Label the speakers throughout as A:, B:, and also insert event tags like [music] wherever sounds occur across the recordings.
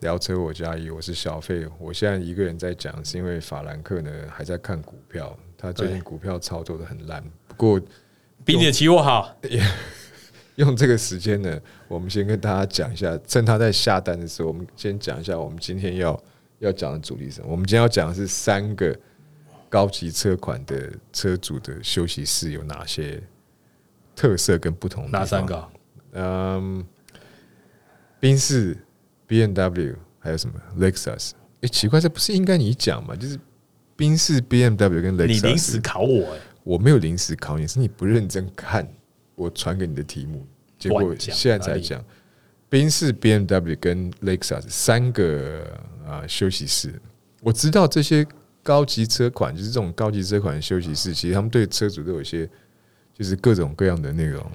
A: 聊车我加一，我是小费。我现在一个人在讲，是因为法兰克呢还在看股票，他最近
B: 对
A: 股票操作的很烂。不过
B: 比你的期货好。
A: 用这个时间呢，我们先跟大家讲一下，趁他在下单的时候，我们先讲一下我们今天要要讲的主题是什么。我们今天要讲的是三个高级车款的车主的休息室有哪些特色跟不同的地方
B: 哪三个？啊？
A: 嗯，宾士、B N W 还有什么 Lexus？哎、奇怪，这不是应该你讲吗？就是宾士、B M W 跟 Lexus。
B: 你临时考我、欸，
A: 我没有临时考你，是你不认真看我传给你的题目，结果
B: 乱讲
A: 现在才讲。宾士、B M W 跟 Lexus 三个啊、呃休息室，我知道这些高级车款，就是这种高级车款的休息
B: 嗯
A: 室，其实他们对车主都有一些，就是各种各样的那种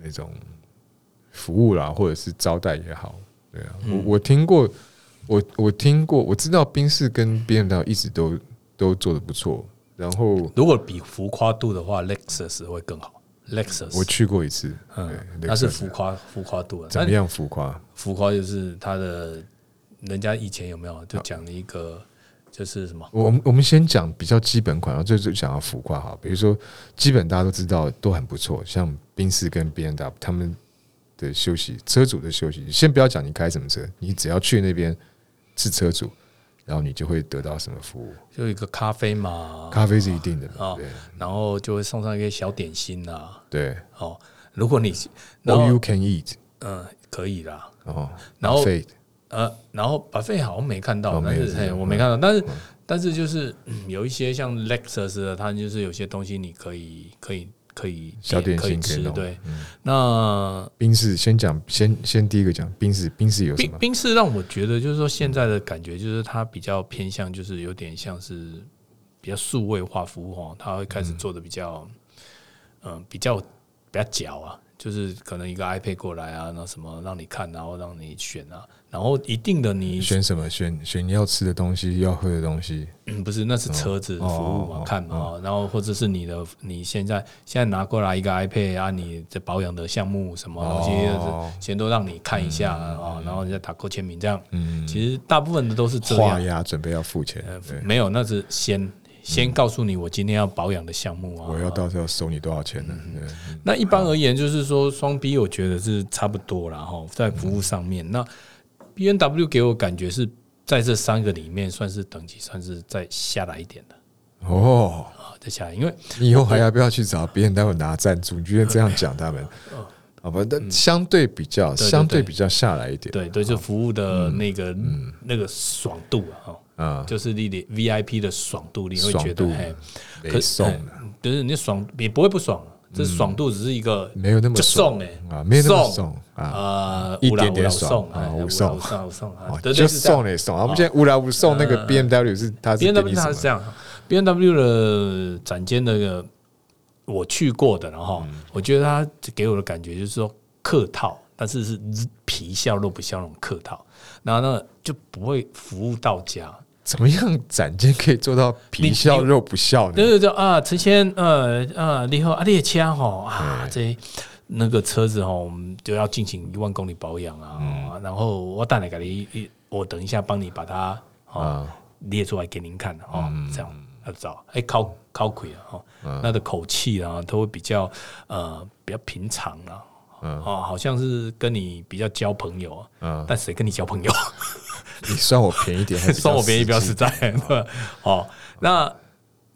A: 那种服务啦，或者是招待也好，对啊，
B: 嗯
A: 我我听过，我我听过，我知道宾士跟 B M W 一直都都做的不错，然后
B: 如果比浮夸度的话，Lexus 会更好。Lexus，
A: 我去过一次，
B: 嗯，
A: 对
B: 它是
A: Lexus
B: 浮夸浮夸度的，
A: 怎么样浮夸？
B: 浮夸就是他的，人家以前有没有就讲一个，就是什么
A: 我我们我们先讲比较基本款，然后最最讲到浮夸哈，比如说基本大家都知道都很不错，像宾士跟 B N W 他们的休息，车主的休息，先不要讲你开什么车，你只要去那边是车主，然后你就会得到什么服务，
B: 就一个咖啡嘛，
A: 咖啡是一定的嘛
B: 哦，然后就会送上一个小点心啦。
A: 对
B: 哦，如果你
A: 对
B: 然后
A: ，All you can eat
B: 嗯可以啦，
A: 哦，
B: 然后
A: buffet，
B: 呃，然后把费好像没看到
A: 哦，
B: 但
A: 没有
B: 是嘿
A: 是吧
B: 我没看到，但是但是就是嗯有一些像 Lexus 的，它就是有些东西你可以可以可以
A: 小点
B: 可以
A: 心可以
B: 吃，
A: 弄嗯
B: 对，那
A: 宾士先讲先先第一个讲宾士，宾士有什
B: 冰
A: 么？
B: 冰室让我觉得，就是说现在的感觉，就是它比较偏向，就是有点像是比较数位化服务哦，它会开始做的比较，嗯、比较比较角啊，就是可能一个 iPad 过来啊，那什么让你看，然后让你选啊，然后一定的你
A: 选什么？选选你要吃的东西，要喝的东西。
B: 嗯，不是，那是车子服务
A: 哦哦哦
B: 嘛，
A: 哦
B: 看嘛，哦然后或者是你的，你现在现在拿过来一个 iPad 啊，你的保养的项目什么东
A: 哦
B: 西，先都让你看一下啊，然后你再打勾签名这样。
A: 嗯
B: 其实大部分的都是这
A: 画
B: 样，
A: 押准备要付钱，对，嗯
B: 没有，那是先先告诉你我今天要保养的项目啊。
A: 我要嗯到时候收你多少钱呢？对，
B: 那一般而言，就是说双 B，我觉得是差不多啦。哈，在服
A: 嗯
B: 务上面，那 B N W 给我感觉是在这三个里面，算是等级算是再下来一点的
A: 哦，
B: 啊，再下来，因为。
A: 你以后还要不要去找别人待会拿赞助？你居然这样讲他们，好吧？但相对比较，
B: 对对
A: 相对比较下来一点，
B: 对对，就服务的那个、那个爽度啊，哦
A: 啊，
B: 就是你的 VIP 的爽度，你会觉
A: 爽度
B: 得哎，
A: 没送
B: 哎就是你爽也不会不爽，这爽度只是一个
A: 没有那么
B: 就
A: 爽
B: 送哎
A: 啊，没有那么送啊，
B: 啊，
A: 一
B: 有啦
A: 点点
B: 有啦
A: 爽
B: 送
A: 啊
B: 哎
A: 无
B: 有啦
A: 送
B: 有送有送啊
A: 哦，
B: 对
A: 就
B: 对是这样
A: 送。嘞送。我们现在无来无送那个 B M W 是他是
B: B N
A: 给你
B: W
A: 什
B: 它
A: 么
B: 是？这样，B N W 的展间那个我去过的，然后
A: 嗯
B: 我觉得它给我的感觉就是说客套，但是是皮笑肉不笑那种客套，然后那个就不会服务到家。
A: 怎么样展间可以做到皮
B: 你
A: 笑肉不笑呢？
B: 对对对啊，陈先，呃呃，你好啊，你的车吼啊，这那个车子吼，我们就要进行一万公里保养啊，
A: 嗯
B: 哦然后我带来给你，我等一下帮你把它哦
A: 啊
B: 列出来给您看哦，
A: 嗯
B: 这样要找哎靠靠鬼啊，哦，那的口气啊，都会比较呃比较平常啊。哦，好像是跟你比较交朋友啊，
A: 嗯
B: 但谁跟你交朋友？
A: 你算我便宜点，还是比较
B: [laughs] 算我便宜，比较
A: 实
B: 实在。对， [laughs] 哦，那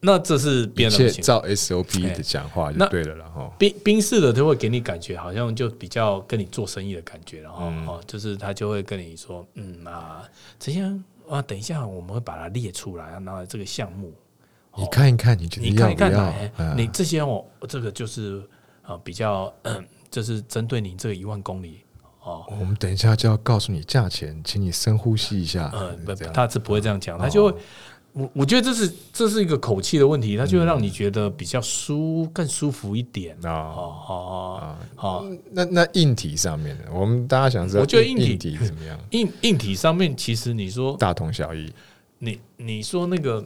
B: 那这
A: 际
B: 是
A: 一
B: 变
A: 切
B: 了。
A: 照 S O P 的讲话就
B: 那
A: 对了啦，然后
B: 冰冰室的，他会给你感觉好像就比较跟你做生意的感觉，然后、
A: 嗯
B: 哦，就是他就会跟你说，嗯啊，陈先生啊，等一下我们会把它列出来，然后这个项目
A: 你看一看，你觉得
B: 你
A: 要
B: 看一
A: 不
B: 看
A: 要
B: 啊，哎？
A: 嗯
B: 你这些哦，这个就是啊、呃比较，嗯就是针对你这个一万公里哦，
A: 我们等一下就要告诉你价钱，请你深呼吸一下。
B: 呃，不，
A: 哎这样哦
B: 他是不会这样讲，他就会，我我觉得这是这是一个口气的问题，他就会
A: 嗯
B: 让你觉得比较舒更舒服一点。
A: 啊，
B: 哦哦哦哦，
A: 那那硬体上面的，我们大家想知道，
B: 我觉得
A: 硬
B: 硬体
A: 体怎么样？
B: 硬硬体上面，其实你说
A: 大同小异。
B: 你你说那个，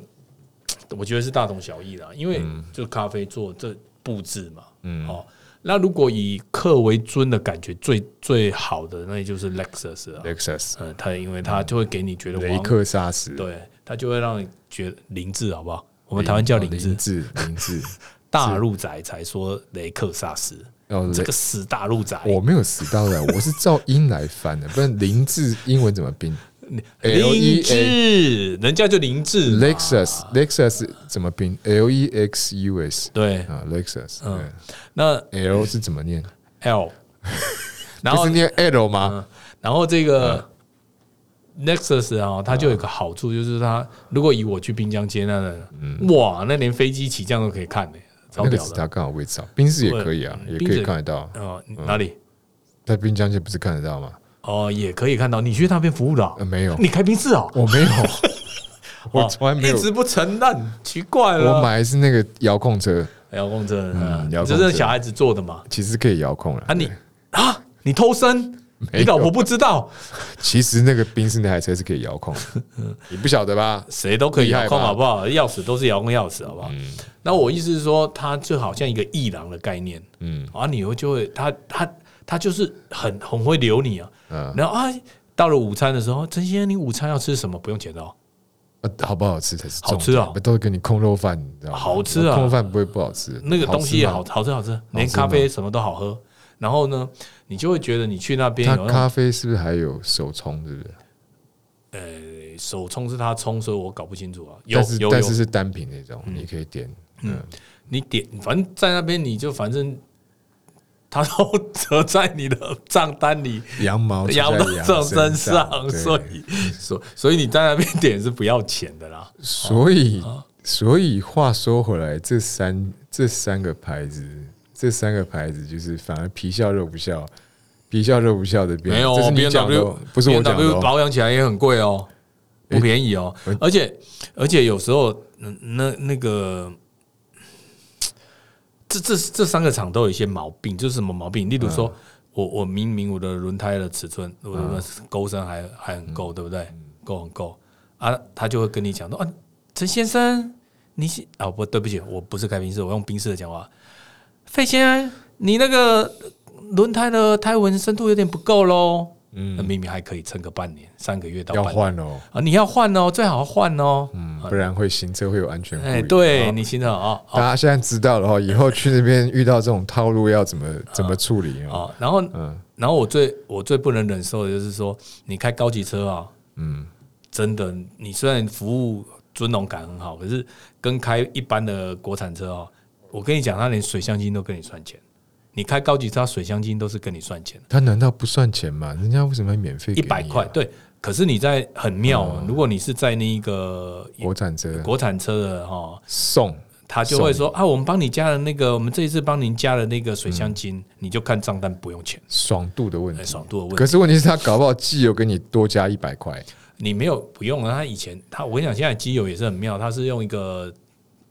B: 我觉得是大同小异啦，因为就咖啡做这布置嘛，嗯，哦，那如果以客为尊的感觉最最好的，那也就是 Lexus 啊，
A: Lexus
B: 嗯，它因为它就会给你觉得
A: 雷
B: 王，
A: 克萨斯，
B: 对，它就会让你觉得凌志，好不好？我们台湾叫凌志
A: 林，志林志，
B: [laughs] 大陆仔才说雷克萨斯，
A: 哦，
B: 这
A: 雷
B: 个死大陆仔，
A: 我没有死到的，我是照音来翻的，不然林志英文怎么
B: [laughs]
A: 拼？L
B: 凌
A: E A
B: 志，人家就凌志嘛
A: Lexus
B: 啊
A: Lexus 怎么拼？L E X U S
B: 对，
A: 啊，Lexus，
B: 嗯
A: 嗯
B: 那
A: ，L 是怎么念？
B: L，然后
A: 不
B: 嗯
A: 是念 L 吗？
B: 然后这
A: 嗯
B: 个 Nexus 啊、它就有一个好处，就是它如果以我去滨江街那的，哇，那连飞机起降都可以看呢、
A: 嗯
B: 超
A: 那个
B: 屌
A: 只
B: 的。
A: 他刚好位置好，冰室也可以啊，
B: 对
A: 也
B: 冰
A: 可
B: 室
A: 以看得到，
B: 哦、哪里？
A: 在滨江街不是看得到吗？
B: 哦，也可以看到。你去那边服务的哦、
A: 呃，没有，
B: 你开宾士哦，
A: 我没
B: [laughs]
A: 有， [laughs] 我
B: 哦
A: 从来没有
B: 一，直呃不承认，奇怪了。
A: 我买的是那个遥控车，
B: 遥控车，嗯，
A: 遥控
B: 这是
A: 车
B: 小孩子坐的嘛？
A: 其实可以遥控了
B: 啊，你啊，你偷生，
A: 没有
B: 你老婆不知道，
A: 其实那个冰室那台车是可以遥控
B: [laughs]
A: 的，
B: 嗯
A: 你不晓得吧？
B: 谁都可以遥
A: 厉害
B: 控，
A: 吧嗯
B: 好不好？钥匙都是遥控钥匙，好不好？那我意思是说，它就好像一个艺廊的概念，
A: 嗯
B: 啊，你又就会他他他就是很很会留你啊。
A: 嗯，
B: 然后啊，到了午餐的时候，陈先生，你午餐要吃什么？不用钱的哦。
A: 呃好不好吃才是
B: 好
A: 重
B: 吃啊
A: 点都给你空肉饭，你知道吗？呃
B: 好吃啊
A: 我空肉饭不会不好吃，
B: 那个东西也好
A: 吃
B: 好吃好吃，连咖啡什么都好喝。然后呢，你就会觉得你去那边
A: 吗。
B: 有
A: 它
B: 那种
A: 咖啡是不是还有手冲？是不是？
B: 呃手冲是他冲，所以我搞不清楚啊。有
A: 但是
B: 有
A: 但
B: 有
A: 是，是单品那种，你可以点。嗯，
B: 你点反正在那边你就反正他都 [laughs] 折在你的账单里，
A: 羊毛出在
B: 压到上身
A: 身
B: 上，
A: 对
B: 所以所所以你在那边点是不要钱的啦。
A: 所以
B: 哦啊
A: 所以话说回来，这三这三个牌子，这三个牌子就是反而皮笑肉不笑，皮笑肉不笑的变。
B: 没有
A: 这是
B: ，B
A: 你
B: N
A: 讲的
B: W
A: 哦，不是我讲的
B: W
A: 哦。
B: 保养起来也很贵哦，不便宜哦
A: 诶，
B: 而且而且有时候嗯那那个。这这这三个厂都有一些毛病，就是什么毛病？例
A: 嗯
B: 如说，我我明明我的轮胎的尺寸，我的钩身还还很
A: 嗯
B: 够，对不对？够很够啊，他就会跟你讲说，啊，陈先生，你是啊不对不起，我不是开宾士，我用宾士的讲话，费先生，你那个轮胎的胎纹深度有点不够喽。嗯，那明明还可以撑个半年、三个月到
A: 要
B: 半年
A: 换哦，
B: 啊！你要换哦，最好换哦。
A: 嗯不然会行车会有安全顾虑。
B: 哎，对
A: 哦
B: 你心疼啊
A: 大家现在知道了哈，以后去那边遇到这种套路要怎么怎么处理哦。
B: 啊！然后，
A: 嗯
B: 然后我最我最不能忍受的就是说，你开高级车啊，
A: 嗯，
B: 真的，你虽然服务尊荣感很好，可是跟开一般的国产车哦，我跟你讲，他连水箱金都跟你算钱。你开高级车，它水箱金都是跟你算钱的。
A: 他难道不算钱吗？人家为什么要免费给
B: 一
A: 你啊嗯
B: 百块，对。可是你在很妙、哦，如果你是在那个
A: 国产车
B: 国产车的哈，
A: 送？
B: 他就会说啊，我们帮你加了那个，我们这一次帮您加了那个水
A: 嗯
B: 箱金，你就看账单不用钱，
A: 爽度的问
B: 哎，
A: 题。
B: 爽度的问
A: 可
B: 题。
A: 是问题是，他搞不好既有给你多加一百块，
B: 你没有不用啊，他以前他我跟你讲，现在机油也是很妙，它是用一个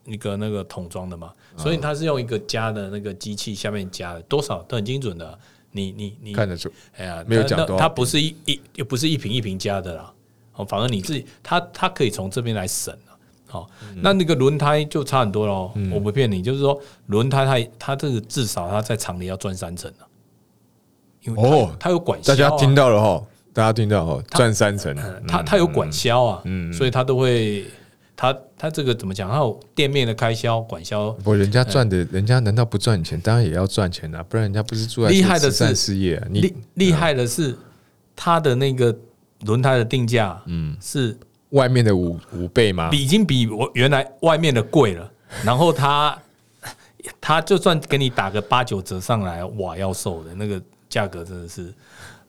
B: 一个那个桶装的嘛，
A: 啊
B: 所以它是用一个加的那个机器下面加的多少都很精准的。啊你你你
A: 看得出
B: 哎呀，
A: 没有
B: 那
A: 讲
B: 那
A: 多少
B: 它不是一一又不是一瓶一瓶加的啦，哦，反而你自己，它它可以从这边来省啊。好、
A: 嗯
B: 那那个轮胎就差很多喽、我不骗你，就是说轮胎它它这个至少它在厂里要赚三成啊，因为它、
A: 哦
B: 它有管销、
A: 大
B: 啊，
A: 家听到了哈，大家听到哈，赚三成，
B: 嗯它它有管销啊，所以它都会它它这个怎么讲？它有店面的开销、管销，
A: 不，人家赚
B: 嗯
A: 的，人家难道不赚钱？当然也要赚钱啊，不然人家不是住在
B: 厉害的
A: 慈善
B: 是
A: 事业啊。你
B: 厉厉害的是它的那个轮胎的定价，嗯，是
A: 外面的五五倍吗？
B: 比已经比我原来外面的贵了。然后他他就算给你打个八九折上来，哇，要瘦的那个价格真的是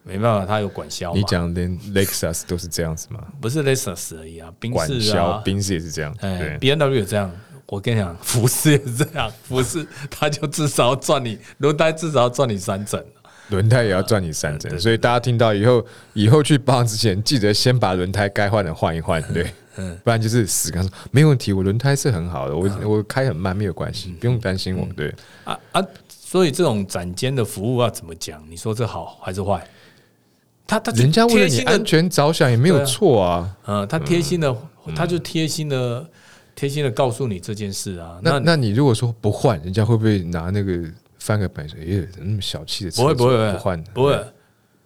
B: 没办法，他有管销嘛。
A: 你讲连 Lexus 都是这样子吗？
B: 不是啊 Lexus 而已啊，宾
A: 管
B: 士
A: 销，
B: 啊，
A: 宾士也是这样，
B: 哎
A: 对，
B: ，B N W 也这样。我跟你讲，福斯也是这样，福斯他就至少赚你轮胎至少要赚你三整。
A: 轮胎也要赚你三成，所以大家听到以后，以后去保养之前，记得先把轮胎该换的换一换，对，
B: 嗯
A: 不然就是死跟他说没问题，我轮胎是很好的，我我开很慢没有关
B: 嗯
A: 系，不用担心我，对，
B: 啊啊！所以这种展间的服务要怎么讲？你说这好还是坏？他他
A: 人家为了
B: 贴
A: 你
B: 心的
A: 安全着想也没有错啊。
B: 呃，他贴心的，
A: 嗯
B: 他就贴心的、贴心的告诉你这件事啊。
A: 那
B: 那
A: 那你如果说不换，人家会不会拿那个翻个白水，耶，怎么那么小气的车
B: 不会
A: 主
B: 不会
A: 不换，嗯
B: 不会，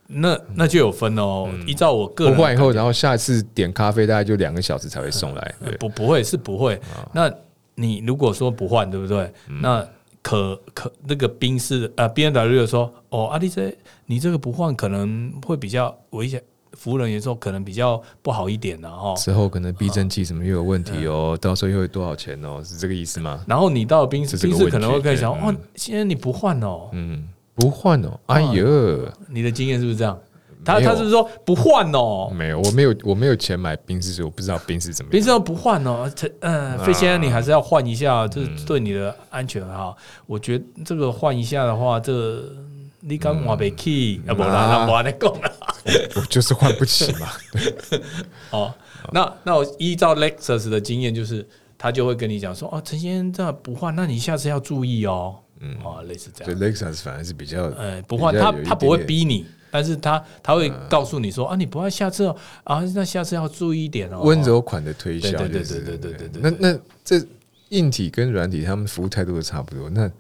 B: 那那就有分哦。依照我个
A: 不
B: 人
A: 换以后，然后下一次点咖啡大概就两个小时才会送来，
B: 呃
A: 对，啊
B: 不不会是不会。那你如果说不换，对不对？
A: 嗯
B: 那可可那个宾士呃 B N W 说哦，阿、啊、丽这你这个不换可能会比较危险，服务人员说可能比较不好一点的、啊、哈。
A: 之后可能避震器什么又有问题哦，到时候又有多少钱哦，是这个意思吗？
B: 然后你到宾
A: 这
B: 士，
A: 是个
B: 宾
A: 问题
B: 士可能会跟你讲、
A: 嗯
B: 哦，现在你不换哦，
A: 嗯，不换哦，哎呦，
B: 你的经验是不是这样？他
A: 嗯没有
B: 他是不是说不换哦，
A: 没有，我没有，我没有钱买冰室，所以我不知道冰室怎么
B: 宾
A: 样。
B: 士要不换哦，这嗯，费先生你还是要换一下，这
A: 嗯
B: 对你的安全啊哈。我觉得这个换一下的话，这个你刚换被 key [laughs] 啊，不啦，
A: 嗯啊
B: 那我来讲了。
A: 我就是换不起嘛。 [laughs]
B: 哦，那那我依照 Lexus 的经验，就是他就会跟你讲说，哦，陈先生这不换，那你下次要注意哦。嗯，哦，类似这
A: 对
B: 样，
A: ，Lexus 反而是比较，
B: 呃，不换
A: 比较
B: 他
A: 有一
B: 他不会
A: 点点嗯
B: 逼你，但是他他会告诉你说，啊，你不换，下次哦，啊，那下次要注意一点哦。
A: 温柔款的推销，
B: 对对对
A: 就是
B: 对对对对
A: 那
B: 对
A: 那这硬体跟软体，他们服务态度都差不多。那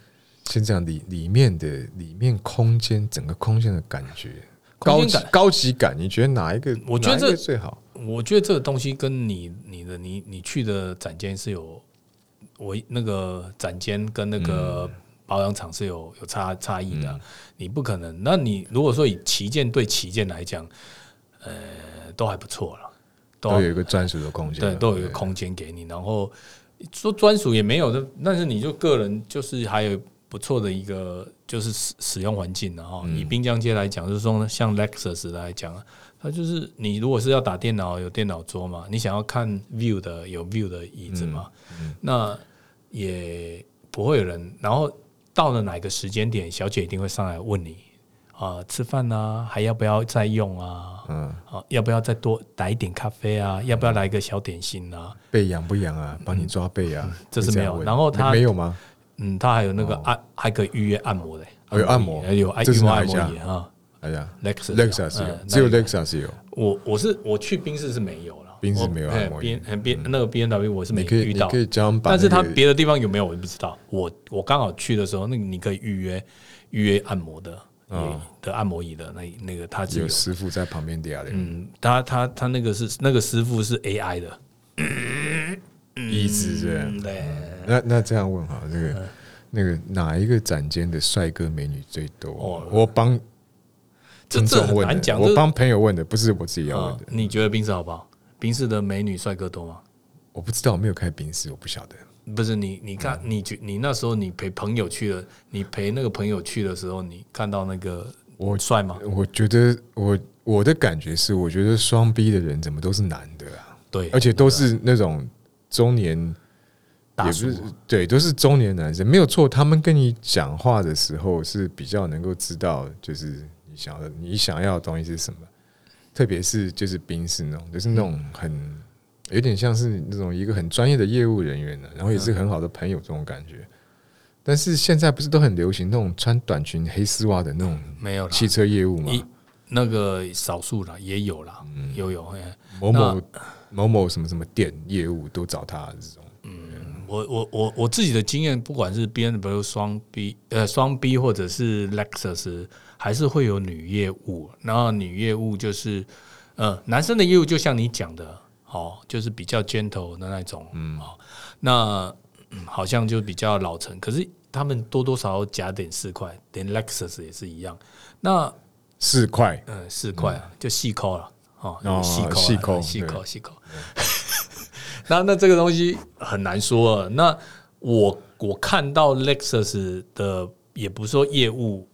A: 先讲里里面的里面空间，整个空间的感觉，高
B: 空间
A: 级
B: 感
A: 高级感，你觉得哪一个？
B: 我觉得
A: 哪一个
B: 这
A: 最好。
B: 我觉得这个东西跟你你的你你去的展间是有，我那个展间跟那个保养厂是有有差差异的啊、你不可能。那你如果说以旗舰对旗舰来讲，呃，都还不错了，都
A: 都有一个专属的空间，啊
B: 对都有一个空间给你，然后说专属也没有的，但是你就个人就是还有不错的一个就是使使用环境然后
A: 嗯
B: 以滨江街来讲，就是说像 Lexus 来讲，它就是你如果是要打电脑，有电脑桌嘛，你想要看 view 的有 view 的椅子嘛，
A: 嗯
B: 那也不会有人。然后到了哪个时间点，小姐一定会上来问你啊、吃饭啊，还要不要再用啊？
A: 嗯，
B: 啊，要不要再多来一点咖啡啊？要不要来一个小点心啊？
A: 背痒不痒啊？帮你抓背啊？
B: 嗯这是
A: 会
B: 没
A: 样
B: 有
A: 问
B: 然后
A: 没
B: 他
A: 没有吗？
B: 嗯，他还有那个按，还可以预约按摩的，
A: 哦哦有按摩
B: 也有按
A: 这是
B: 预约
A: 哪
B: 按
A: 一
B: 摩
A: 家
B: 椅啊。
A: 哎呀
B: Lexus
A: ，Lexus 有
B: 嗯，
A: 只有
B: 那
A: Lexus 有。
B: 我我是我去宾士是没有了，
A: 宾士
B: 我
A: 没有
B: 哎
A: 按摩椅嗯
B: B 哎 B 那个 B N W 我是没
A: 你可以，
B: 遇
A: 你
B: 到
A: 可，以教我们把那个，
B: 但是他别的地方有没有我就不知道。我我刚好去的时候，那个你可以预约预约按摩的
A: 哦
B: 的按摩椅的那那个他是有
A: 有师傅在旁边嗲的，
B: 嗯，他他他那个是那个师傅是 A I 的，
A: 椅子这样。
B: 嗯对，
A: 那那这样问哈，那
B: 嗯
A: 个那个哪一个展间的帅哥美女最多？
B: 哦
A: 我帮
B: 这
A: 听
B: 这
A: 众
B: 很
A: 问
B: 难
A: 的，
B: 讲。
A: 我
B: 这
A: 帮朋友问的，不是我自己要问
B: 啊
A: 的。，
B: 你觉得宾士好不好？宾士的美女帅哥多吗？
A: 我不知道，我没有开宾士，我不晓得。
B: 不是你，你看，
A: 嗯
B: 你觉你那时候你陪朋友去了，你陪那个朋友去的时候，你看到那个
A: 我
B: 帅吗？
A: 我觉得我我的感觉是，我觉得双 B 的人怎么都是男的啊，
B: 对，
A: 而且都是那种中年。也
B: 大
A: 不
B: 叔啊
A: 是对，都是中年男生，没有错。他们跟你讲话的时候是比较能够知道，就是你想要的，你想要的东西是什么。特别是就是宾士那种，就是那种很有点像是那种一个很专业的业务人员呢、啊然后也是
B: 嗯
A: 很好的朋友这种感觉。但是现在不是都很流行那种穿短裙黑丝袜的那种
B: 没有啦，
A: 汽车业务吗？
B: 一那个少数啦，也有啦，
A: 嗯
B: 有有。嘿
A: 某某某某什么什么店业务都找他这种。
B: 我我我我自己的经验，不管是 B N W 双 B 呃双 B 或者是 Lexus，还是会有女业务。然后女业务就是呃男生的业务，就像你讲的，哦，就是比较 gentle 的那种，嗯，哦，那嗯好像就比较老成，可是他们多多少少夹点四块，连 Lexus 也是一样。那
A: 四块，
B: 嗯，四块啊，就细抠了，哦
A: 哦，
B: 细抠啊，
A: 细抠
B: 细抠，
A: 对
B: 细抠。 [laughs] 那那这个东西很难说啊。那我我看到 Lexus 的，也不是说业务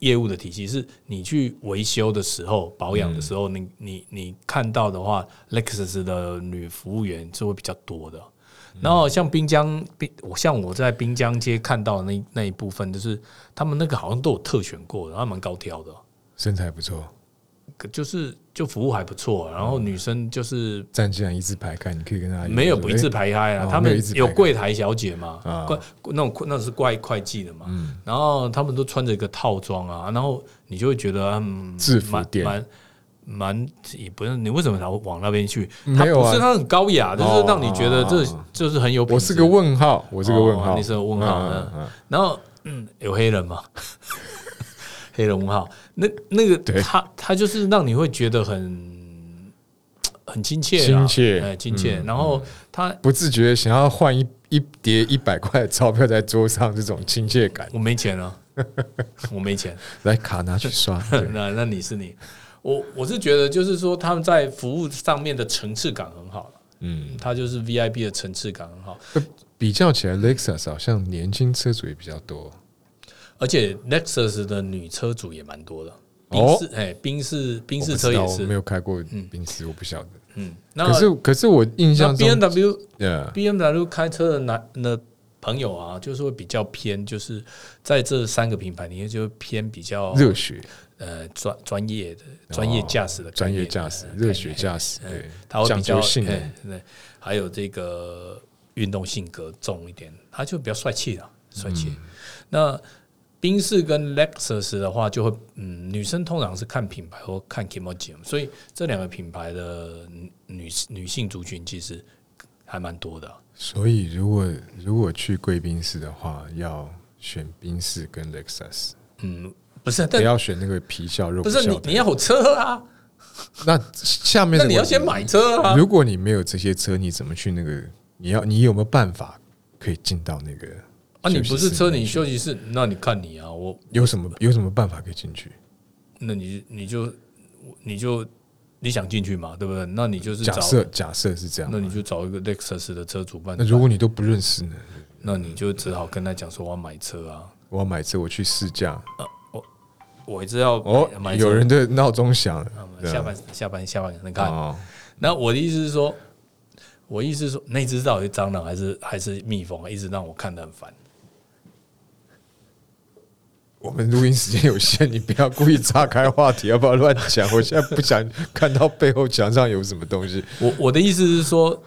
B: 业务的体系，是你去维修的时候、保养的时候，
A: 嗯
B: 你你你看到的话，Lexus 的女服务员是会比较多的。
A: 嗯
B: 然后像滨江滨，我像我在滨江街看到的那那一部分，就是他们那个好像都有特选过的，然后蛮高挑的。哦
A: 身材不错，
B: 可就是就服务还不错，然后女生就是
A: 站起来一字排开，你可以跟他
B: 没有
A: 说
B: 不一字排开
A: 哎
B: 啊
A: 哦，
B: 他
A: 没有
B: 们
A: 一字排
B: 有
A: 开
B: 柜台小姐嘛
A: 啊，嗯
B: 怪那种那是怪会计的嘛，然后他们都穿着一个套装啊，然后你就会觉得嗯，
A: 制服
B: 蛮
A: 店
B: 蛮蛮也不是你为什么老往那边去？他
A: 没有啊
B: 不是他很高雅，就是让你觉得
A: 哦
B: 这
A: 哦哦
B: 就是很有品
A: 我
B: 质啊
A: 是个问号，我是个问号，
B: 哦你是个问号
A: 嗯嗯嗯
B: 然后嗯，有黑人嘛， [laughs] 黑人问号，那那
A: 对
B: 个他他就是让你会觉得很很亲切啦，
A: 亲切嗯
B: 哎，亲切。然后他
A: 不自觉想要换一一叠一百块的钞票在桌上，这种亲切感，
B: 我没钱
A: [laughs]
B: 啊，我没钱，
A: 来卡拿去刷，
B: [laughs]
A: 对
B: 那那你是你，我我是觉得就是说他们在服务上面的层次感很好了，
A: 嗯，
B: 他就是 VIP 的层次感很好，
A: 比较起来，Lexus 好像年轻车主也比较多，
B: 而且 Lexus 的女车主也蛮多的，
A: 哦
B: 宾士哎，宾士宾
A: 我
B: 士
A: 不
B: 车
A: 知道
B: 也
A: 我没
B: 是，
A: 有开过宾士，我不晓得。
B: 嗯，那
A: 可是可是我印
B: 那
A: 象
B: B N
A: 中，
B: W
A: 呃，
B: B M W 开车的男的朋友啊，就是会比较偏，就是在这三个品牌里面就偏比较
A: 热血、
B: 呃专专业的专业驾驶的
A: 哦
B: 概
A: 专
B: 念
A: 业驾驶
B: 呃、
A: 热血
B: 概念
A: 驾驶，
B: 嗯
A: 对，
B: 他会比
A: 讲
B: 较
A: 究性能
B: 哎，对，还有这个运动性格重一点，他就比较帅气了，帅气。
A: 嗯
B: 那宾士跟 Lexus 的话，就会嗯，女生通常是看品牌或看 k i m o j i 所以这两个品牌的女女女性族群其实还蛮多的。啊
A: 所以如果如果去贵宾室的话，要选宾士跟 Lexus，
B: 嗯，不是，
A: 不
B: 但
A: 要选那个皮笑肉
B: 不是你
A: 笑的
B: 你要有车啊，
A: 那下面
B: 那
A: 的
B: 你要先
A: 问
B: 买车
A: 题。
B: 啊。
A: 如果你没有这些车，你怎么去那个？你要你有没有办法可以进到那个？
B: 啊，你
A: 休息
B: 不是
A: 室
B: 车，
A: 里面
B: 你
A: 去
B: 休息室，那你看你啊，我
A: 有什么有什么办法可以进去？
B: 那你你就你就你想进去嘛，对不对？那你就是
A: 假
B: 找，
A: 设假设是这样
B: 那，你就找一个 Lexus 的车主办，
A: 那如果你都不认识呢？
B: 那你就只好跟他讲说我要买车啊，
A: 我要买车，我去试驾。
B: 我知道
A: 哦
B: 啊买，车
A: 有人的闹钟响
B: 啊
A: 了，对啊
B: 下半下半下半，你看，
A: 哦，
B: 那我的意思是说，我意思是说，那只到底是蟑螂还是还是蜜蜂啊，一直让我看得很烦。
A: 我们录音时间有限，你不要故意岔开话题，要不要乱
B: [laughs]
A: 讲？我现在不想看到背后墙上有什么东西。
B: 我我的意思是说，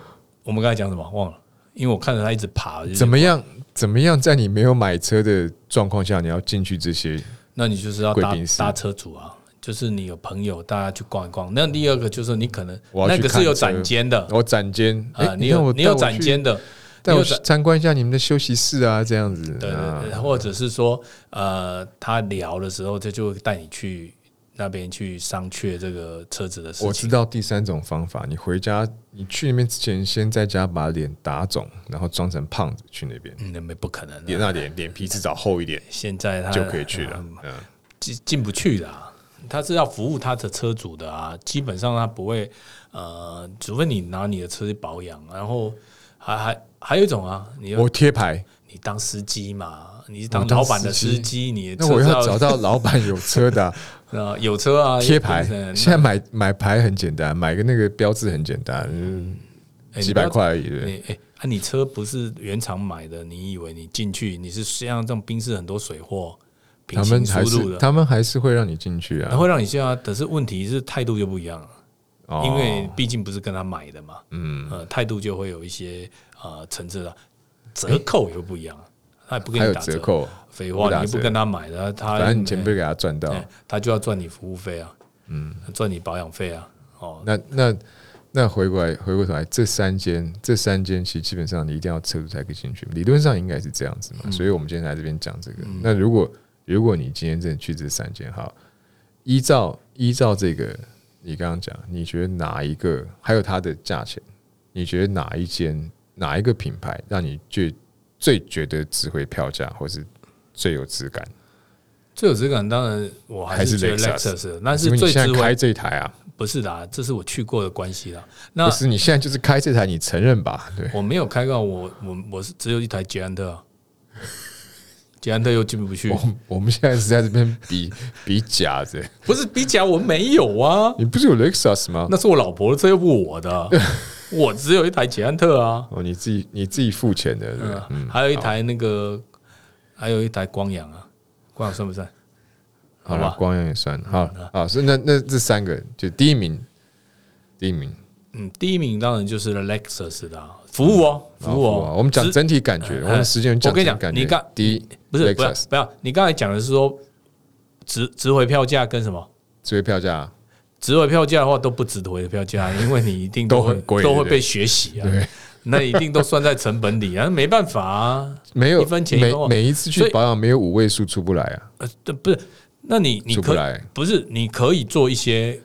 B: 我们刚才讲什么忘了，因为我看着他一直爬，就是
A: 怎么样？怎么样？在你没有买车的状况下，你要进去这些
B: 那你就是要搭
A: 贵宾室
B: 搭车主啊，就是你有朋友，大家去逛一逛。那第二个就是你可能
A: 我要
B: 那
A: 去
B: 个
A: 看
B: 是有
A: 车
B: 展间的
A: 我展间，哎、
B: 啊，你
A: 看
B: 有
A: 我
B: 你有
A: 带我
B: 展
A: 去
B: 间的，你
A: 带我
B: 有
A: 去
B: 展
A: 参观一下你们的休息室啊，这样子。
B: 对
A: 啊
B: 对对，或者是说呃，他聊的时候，他就会带你去那边去商榷这个车子的事
A: 我知
B: 情。
A: 道第三种方法，你回家，你去那边之前，先在家把脸打肿，然后装成胖子去那边，
B: 嗯，那没不可能
A: 脸
B: 的。
A: 那脸脸皮至少厚一点
B: 现在他
A: 就可以去了。
B: 嗯
A: 嗯，
B: 进进不去的、啊，他是要服务他的车主的啊，基本上他不会，呃，除非你拿你的车去保养，然后还还还有一种啊，你要
A: 我贴牌，
B: 你当司机嘛，你是
A: 我
B: 当
A: 当
B: 老板的
A: 司
B: 司
A: 机
B: 机，你的
A: 那
B: 车
A: 我
B: 是
A: 要找到老板有车的啊
B: 呃有车啊，
A: 贴牌。
B: 嗯
A: 现在买买牌很简单，买个那个标志很简单，嗯
B: 哎
A: 几百。块而已。
B: 你不要
A: 对
B: 你哎，啊，你车不是原厂买的，你以为你进去你是像这种宾士很多水货平
A: 他
B: 行
A: 们
B: 输
A: 还
B: 入
A: 是
B: 的，
A: 他们还是会让你进去
B: 然
A: 啊，
B: 后让你下，可是问题是态度就不一样了。啊
A: 哦
B: 因为毕竟不是跟他买的嘛，
A: 嗯
B: 呃，态度就会有一些呃层次了，折扣也不一样啊，他也不给
A: 还有
B: 你打
A: 折，扣，
B: 废
A: 不
B: 话，
A: 打
B: 你又不
A: 折
B: 跟他买的，他
A: 反正你钱被给他赚到。
B: 哎他就要赚你服务费啊，嗯，赚你保养费啊，哦，
A: 那那那回过来回过头来，这三间这三间其实基本上你一定要车主才可以进去，理论上应该是这样子嘛。
B: 嗯
A: 所以我们今天来这边讲这个。那如果如果你今天真的去这三间，好，依照依照这个你刚刚讲，你觉得哪一个还有它的价钱？你觉得哪一间哪一个品牌让你最最觉得值回票价，或是最有质感？
B: 最有质感当然我还是
A: 还是
B: 觉得
A: Lexus
B: Lexus，但
A: 因
B: 是
A: 为你
B: 最
A: 现
B: 值
A: 在开
B: 回
A: 这一台啊，
B: 不是的啊，这是我去过的关系 [laughs] 啦。那
A: 不是你现在就是开这台，你承认吧？对。
B: 我没有开过，我我我是只有一台捷安 [laughs] 特啊，捷安特又进不 [laughs] 去，
A: 我我们现在是在这边 [laughs] 比比假的，
B: 不是比甲我没有啊，
A: 你不是有 Lexus 吗？
B: 那是我老婆的车，又不是我的， [laughs] 我只有一台捷安特啊，
A: 哦，你自己你自己付钱的，对吧
B: 嗯，还有一台那个，还有一台光阳啊，光阳算不算？
A: 好
B: 好
A: 了
B: 吧，嗯
A: 光阳也算好好，所以那那这三个就第一名，第一名
B: 嗯，第一名当然就是 Lexus 的啊服务哦，服务
A: 啊
B: 哦，
A: 我们讲
B: 只哎
A: 整体感觉，我们时间讲
B: 我跟你
A: 整
B: 讲
A: 体感觉
B: 你刚。
A: 第一
B: 不是不要
A: Lexus
B: 不要，你刚才讲的是说值值回票价跟什么？
A: 最票价，
B: 值回票价的话都不值回票价，因为你一定
A: [laughs] 都
B: 会
A: 很贵
B: 都会
A: 对
B: 被学习啊。那一定都算在成本里啊，没办法啊，
A: 没有
B: 一分钱一
A: 每
B: 分货
A: 每一次去
B: 所以
A: 保养没有五位数出不来啊，
B: 呃，对，不是，那你你
A: 出不
B: 可啊
A: 来
B: 不是你可以做一些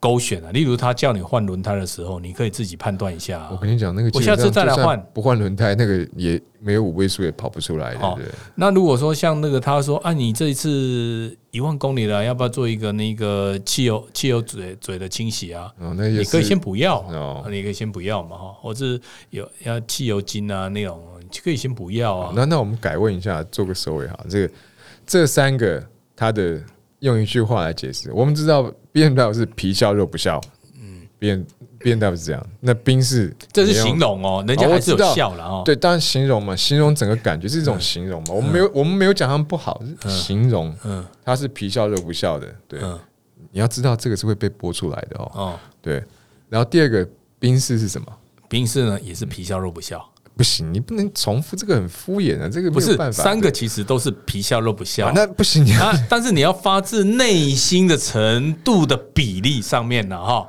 B: 勾选啊，例如他叫你换轮胎的时候，你可以自己判断一下啊、
A: 我跟你讲，那个基本
B: 我下
A: 上
B: 次再来
A: 就算
B: 换
A: 不换轮胎，那个也没有五位数也跑不出来，对
B: 哦
A: 不对？
B: 那如果说像那个他说啊，你这一次一万公里了，要不要做一个那个汽油汽油嘴嘴的清洗啊？
A: 哦，那也
B: 你
A: 是
B: 可以先不要，
A: 哦
B: 你可以先不要嘛哈，或者是有要汽油精啊那种，你可以先不要
A: 好
B: 啊。
A: 哦那那我们改问一下，做个收尾哈。这个这三个它的用一句话来解释，我们知道 B M W 是皮笑肉不笑，嗯，B M B M W 是这样，那冰是
B: 这是
A: 你用
B: 形容哦，人家
A: 哦我
B: 还是有
A: 知道
B: 笑了哦。
A: 对，当然形容嘛，形容整个感觉是一
B: 嗯
A: 种形容嘛。我们没有我们没有讲他们不好，是形容
B: 嗯
A: 它是皮笑肉不笑的，对。
B: 嗯
A: 你要知道这个是会被播出来的哦，
B: 哦，
A: 对。然后第二个冰室是什么？
B: 冰室呢也是皮笑肉不笑，
A: 不行，你不能重复，这个很敷衍啊，这个
B: 不
A: 没有
B: 是
A: 办法。
B: 三个其实都是皮笑肉不
A: 对
B: 笑
A: 啊。那不行，你要
B: 啊，但是你要发自内心的程度的比例上面呢，哈，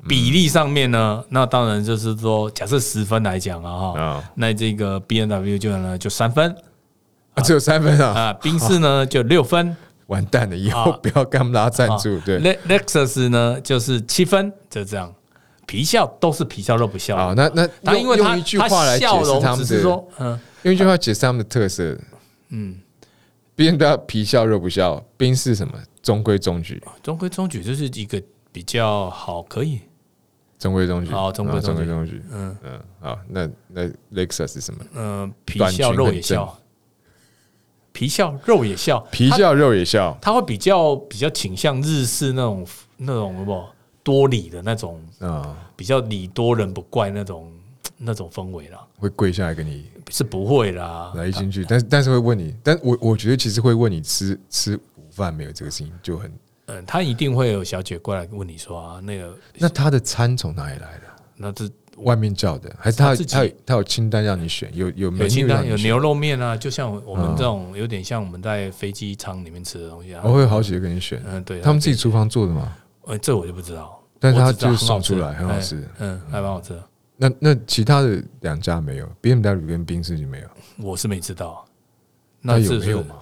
A: 嗯
B: 比例上面呢，那当然就是说，假设十分来讲啊，
A: 啊
B: 哈，那这个 B N W 就呢就三分
A: 啊只有三分啊，
B: 啊，宾士呢就
A: [laughs]
B: 六分
A: 完蛋了，以后
B: 啊
A: 不要跟他们拉赞
B: 啊
A: 助，对。
B: ，Le- Lexus 呢就是七分，就这样，皮笑都是皮笑肉不
A: 啊
B: 笑，，
A: 那那
B: 他
A: 用
B: 因为
A: 用
B: 他
A: 一句话来
B: 他
A: 解
B: 笑
A: 释
B: 容
A: 他
B: 只
A: 们
B: 是
A: 的，
B: 说，嗯，
A: 用一句话解释他们的特色，嗯，别人都要皮笑肉不笑，冰是什么？中规中矩，
B: 中规中矩就是一个比较好，可以
A: 中规中矩，
B: 好哦中规
A: 啊
B: 中
A: 中
B: 矩
A: 规中矩，嗯嗯，好，那那 Lexus 是什么？
B: 嗯，皮
A: 短
B: 笑
A: 裙
B: 肉
A: 很
B: 也
A: 正
B: 笑，皮笑肉也笑，
A: 皮
B: 它
A: 笑肉也笑，
B: 它会比较比较倾向日式那种那种什么多理的那种，
A: 啊，
B: 比较理多人不怪那种那种氛围啦，
A: 会跪下来跟你
B: 是不会啦。
A: 来一进去，但是但是会问你，但我我觉得其实会问你吃吃午饭没有这个事情就很，
B: 嗯，他一定会有小姐过来问你说啊，那个
A: 那他的餐从哪里来的？
B: 那这
A: 外面叫的，还是他
B: 他自己
A: 他有他有清单让你选，有有
B: 有
A: menu
B: 清单
A: 让你
B: 有
A: 选
B: 牛肉面啊，就像我们
A: 嗯
B: 这种有点像我们在飞机舱里面吃的东西啊。
A: 哦我会有好几个给你选，
B: 嗯，对，
A: 他们自己厨房做的嘛，
B: 呃这我就不知道，
A: 但是
B: 我
A: 他
B: 只知道
A: 就是
B: 很好
A: 送出
B: 吃
A: 来，很好
B: 哎
A: 吃。
B: 嗯，还蛮好吃的，
A: 那那其他的两家没有，B M W 跟宾士就没有，
B: 我是没知道。
A: 那
B: 那
A: 有
B: 这
A: 没
B: 是
A: 有嘛？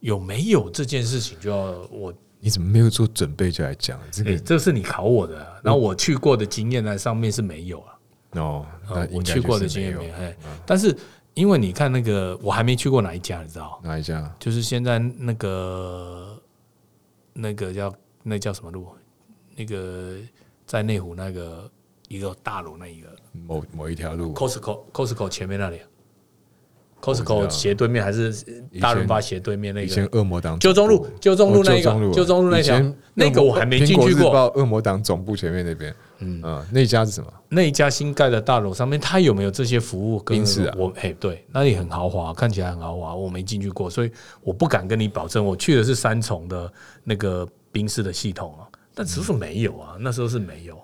B: 有没有这件事情，就要我、
A: 你怎么没有做准备就来讲这
B: 诶
A: 个？嗯
B: 这是你考我的啊、然后我去过的经验呢，上面是没有啊，
A: 哦，那
B: 啊
A: 应
B: 我
A: 该
B: 去过的
A: 就是
B: 经
A: 没
B: 验
A: 有嗯
B: 没有，哎，但是因为你看那个，我还没去过哪一家，你知道，
A: 哪一家？
B: 就是现在那个那个叫那叫什么路，那个在内湖那个一个大楼那一个
A: 某某一条路啊
B: Costco Costco 前面那里啊
A: 我知
B: ，Costco
A: 道
B: 斜对面还是大润发斜对面那
A: 以前
B: 个。
A: 恶魔党哦
B: 九中路，九哦中路那一个，
A: 九
B: 九中路那一条，那个我还没进去过。
A: 恶魔党总部前面那边，嗯
B: 嗯
A: 那家是什么？
B: 那一家新盖的大楼上面，它有没有这些服务跟？
A: 宾士啊
B: 我哎、对，那里很豪华，看起来很豪华，我没进去过，所以我不敢跟你保证。我去的是三重的那个宾士的系统啊，但只是没有啊，那时候是没有。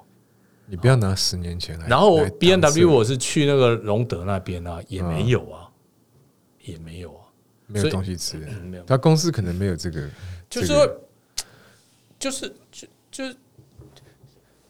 A: 你不要拿十年前来。
B: 然后 B N
A: 来搪塞
B: W 我是去那个隆德那边啊，也没有啊，也没有啊，
A: 没有
B: 所以
A: 东西吃，
B: 没有
A: 他公司可能没有这个，
B: 就
A: 这
B: 是
A: 个
B: 会就是就就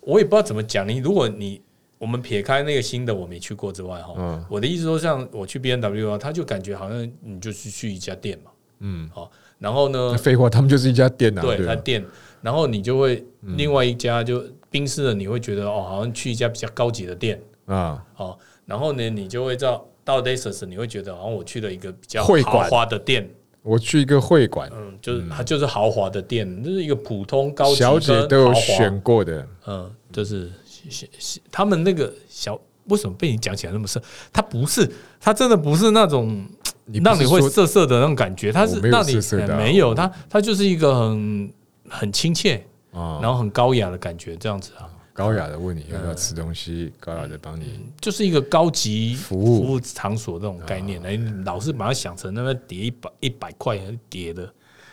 B: 我也不知道怎么讲。你如果你我们撇开那个新的我没去过之外哈，
A: 嗯
B: 我的意思说，像我去 B N W 啊，他就感觉好像你就是去一家店嘛，
A: 嗯，
B: 好，然后呢
A: 那，废话，他们就是一家店啊，嗯
B: 呃对，
A: 对
B: 他
A: 吧，
B: 店，然后你就会另外一家就冰室的，你会觉得哦，好像去一家比较高级的店，
A: 啊，
B: 哦，然后呢，你就会到到 Lexus，你会觉得好像我去了一个比较
A: 会
B: 豪
A: 馆
B: 华的店。
A: 我去一个会馆，
B: 嗯，就是它就是豪华的店，就是一个普通高级
A: 小姐
B: 跟
A: 都有
B: 豪华
A: 选过的，
B: 嗯，就是是是他们那个小为什么被你讲起来那么深？它不是，它真的不是那种
A: 你不是
B: 让你会
A: 说
B: 涩涩的那种感觉，它是
A: 我没有
B: 让你
A: 涩涩的啊
B: 哎没有它，它就是一个很很亲切，
A: 啊，
B: 然后很高雅的感觉，这样子啊，
A: 高雅的问你要不要
B: 嗯
A: 吃东西，高雅的帮你，
B: 就是一个高级
A: 服务啊
B: 服务场所这种概念。哎，你老是把它想成那个叠一百一百块叠的，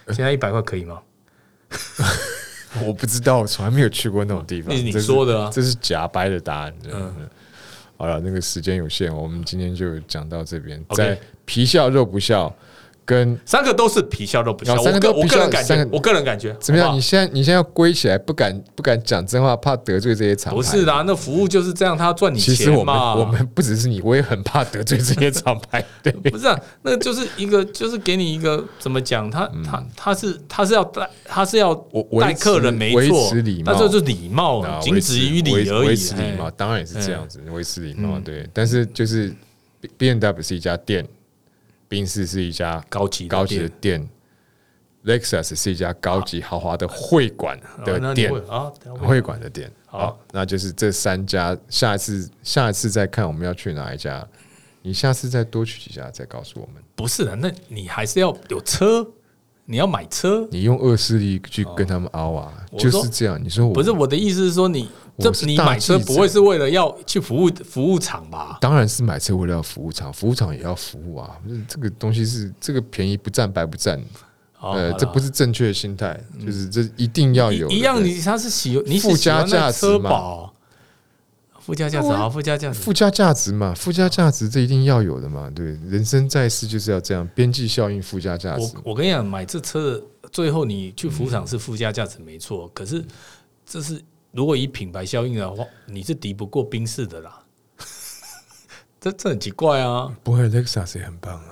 A: 呃
B: 现在一百块可以吗？
A: 我不知道，我从来没有去过那种地方，
B: 那是你
A: 这是
B: 说的啊
A: 这是假掰的答案。嗯，好了，那个时间有限，我们今天就讲到这边，
B: OK
A: 在皮笑肉不笑跟
B: 三个都是皮笑肉不笑，
A: 然后
B: 我
A: 三个
B: 个
A: 都
B: 我
A: 皮
B: 个
A: 笑
B: 人感
A: 三
B: 觉
A: 个，
B: 我个人感觉
A: 怎么样？
B: 好不
A: 你
B: 好
A: 现在你现在要归起来，不敢不敢讲真话，怕得罪这些厂牌。
B: 不是啦，那服务就是这样，他要赚你
A: 其实我
B: 钱
A: 们
B: 嘛。
A: 我们不只是你，我也很怕得罪这
B: [laughs]
A: 些厂牌。对，
B: 不是啊，那就是一个，就是给你一个怎么讲，他他他是他是要带他是要
A: 嗯我维
B: 带客人
A: 持
B: 没
A: 维
B: 错
A: 持礼，
B: 那
A: 貌
B: 这就是礼
A: 啊
B: 貌，哦仅
A: 维
B: 止
A: 持
B: 于礼
A: 维
B: 而已。
A: 维持
B: 哎嗯
A: 礼貌，当然也是这样子，维持礼貌。对，但是就是 B N W 是一家店，宾士是一家
B: 高级的
A: 高级的
B: 店
A: 店，Lexus 是一家高级豪华的会馆
B: 哦那
A: 的
B: 你
A: 店
B: 会，啊，等一下
A: 会馆的店。
B: 好
A: 好，那就是这三家。下一次下一次再看我们要去哪一家，你下次再多去几家再告诉我们。
B: 不是的，那你还是要有车，你要买车。
A: 你用恶势力去跟他们凹啊，
B: 哦我
A: 就
B: 说
A: 是这样。你说我
B: 不是我的意思是说你，
A: 我
B: 这
A: 是
B: 你
A: 大
B: 买车
A: 记者
B: 不会是为了要去服务服务厂吧？
A: 当然是买车为了要服务厂，服务厂也要服务啊。这这个东西是这个便宜不占白不占，呃，
B: 哦好
A: 这
B: 啦嗯
A: 不是正确的心态，就是这一定要有
B: 一一样，
A: 对不对
B: 你他是喜你是
A: 附
B: 喜
A: 加
B: 欢
A: 价
B: 那
A: 值
B: 车
A: 嘛
B: 保，附加价值啊，附加价值
A: 附加价值嘛，附加价值这一定要有的嘛。对，人生在世就是要这样，边际效应、附加价值
B: 我。我跟你讲，买这车的最后你去服务厂是附加价值没错，可是这是如果以品牌效应的话，你是敌不过宾士的啦。 [laughs] 这这很奇怪啊！
A: 不会，Lexus 也很棒啊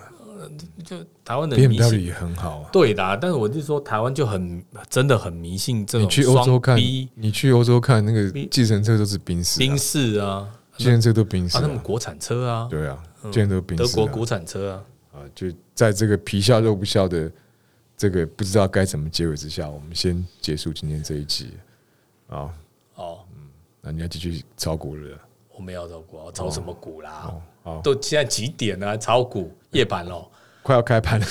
B: 就台湾的迷
A: ，BMW
B: 信，
A: 也很好啊。
B: 对啦。但是我是说，台湾就很真的很迷信这
A: 你
B: 种
A: 去欧洲看
B: 双 B，
A: 你去欧洲看那个
B: B
A: 计程车都是宾士啊，
B: 宾士啊，
A: 计程车都宾士啊
B: 啊，他，们国产车啊，
A: 对啊，计程车都宾士
B: 德
A: 啊。
B: 国国产车啊，
A: 啊，就在这个皮笑肉不笑的这个不知道该怎么结尾之下，我们先结束今天这一集啊。
B: 哦，
A: 那你要继续炒股了
B: 我没有炒股，炒什么股啦？
A: 哦，好，
B: 都现在几点了、还炒股夜盘喽？
A: 快要开盘 [laughs] 了，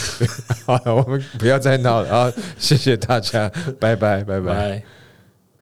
A: 好了，我们不要再闹了啊！谢谢大家，拜拜，拜拜。
B: 拜。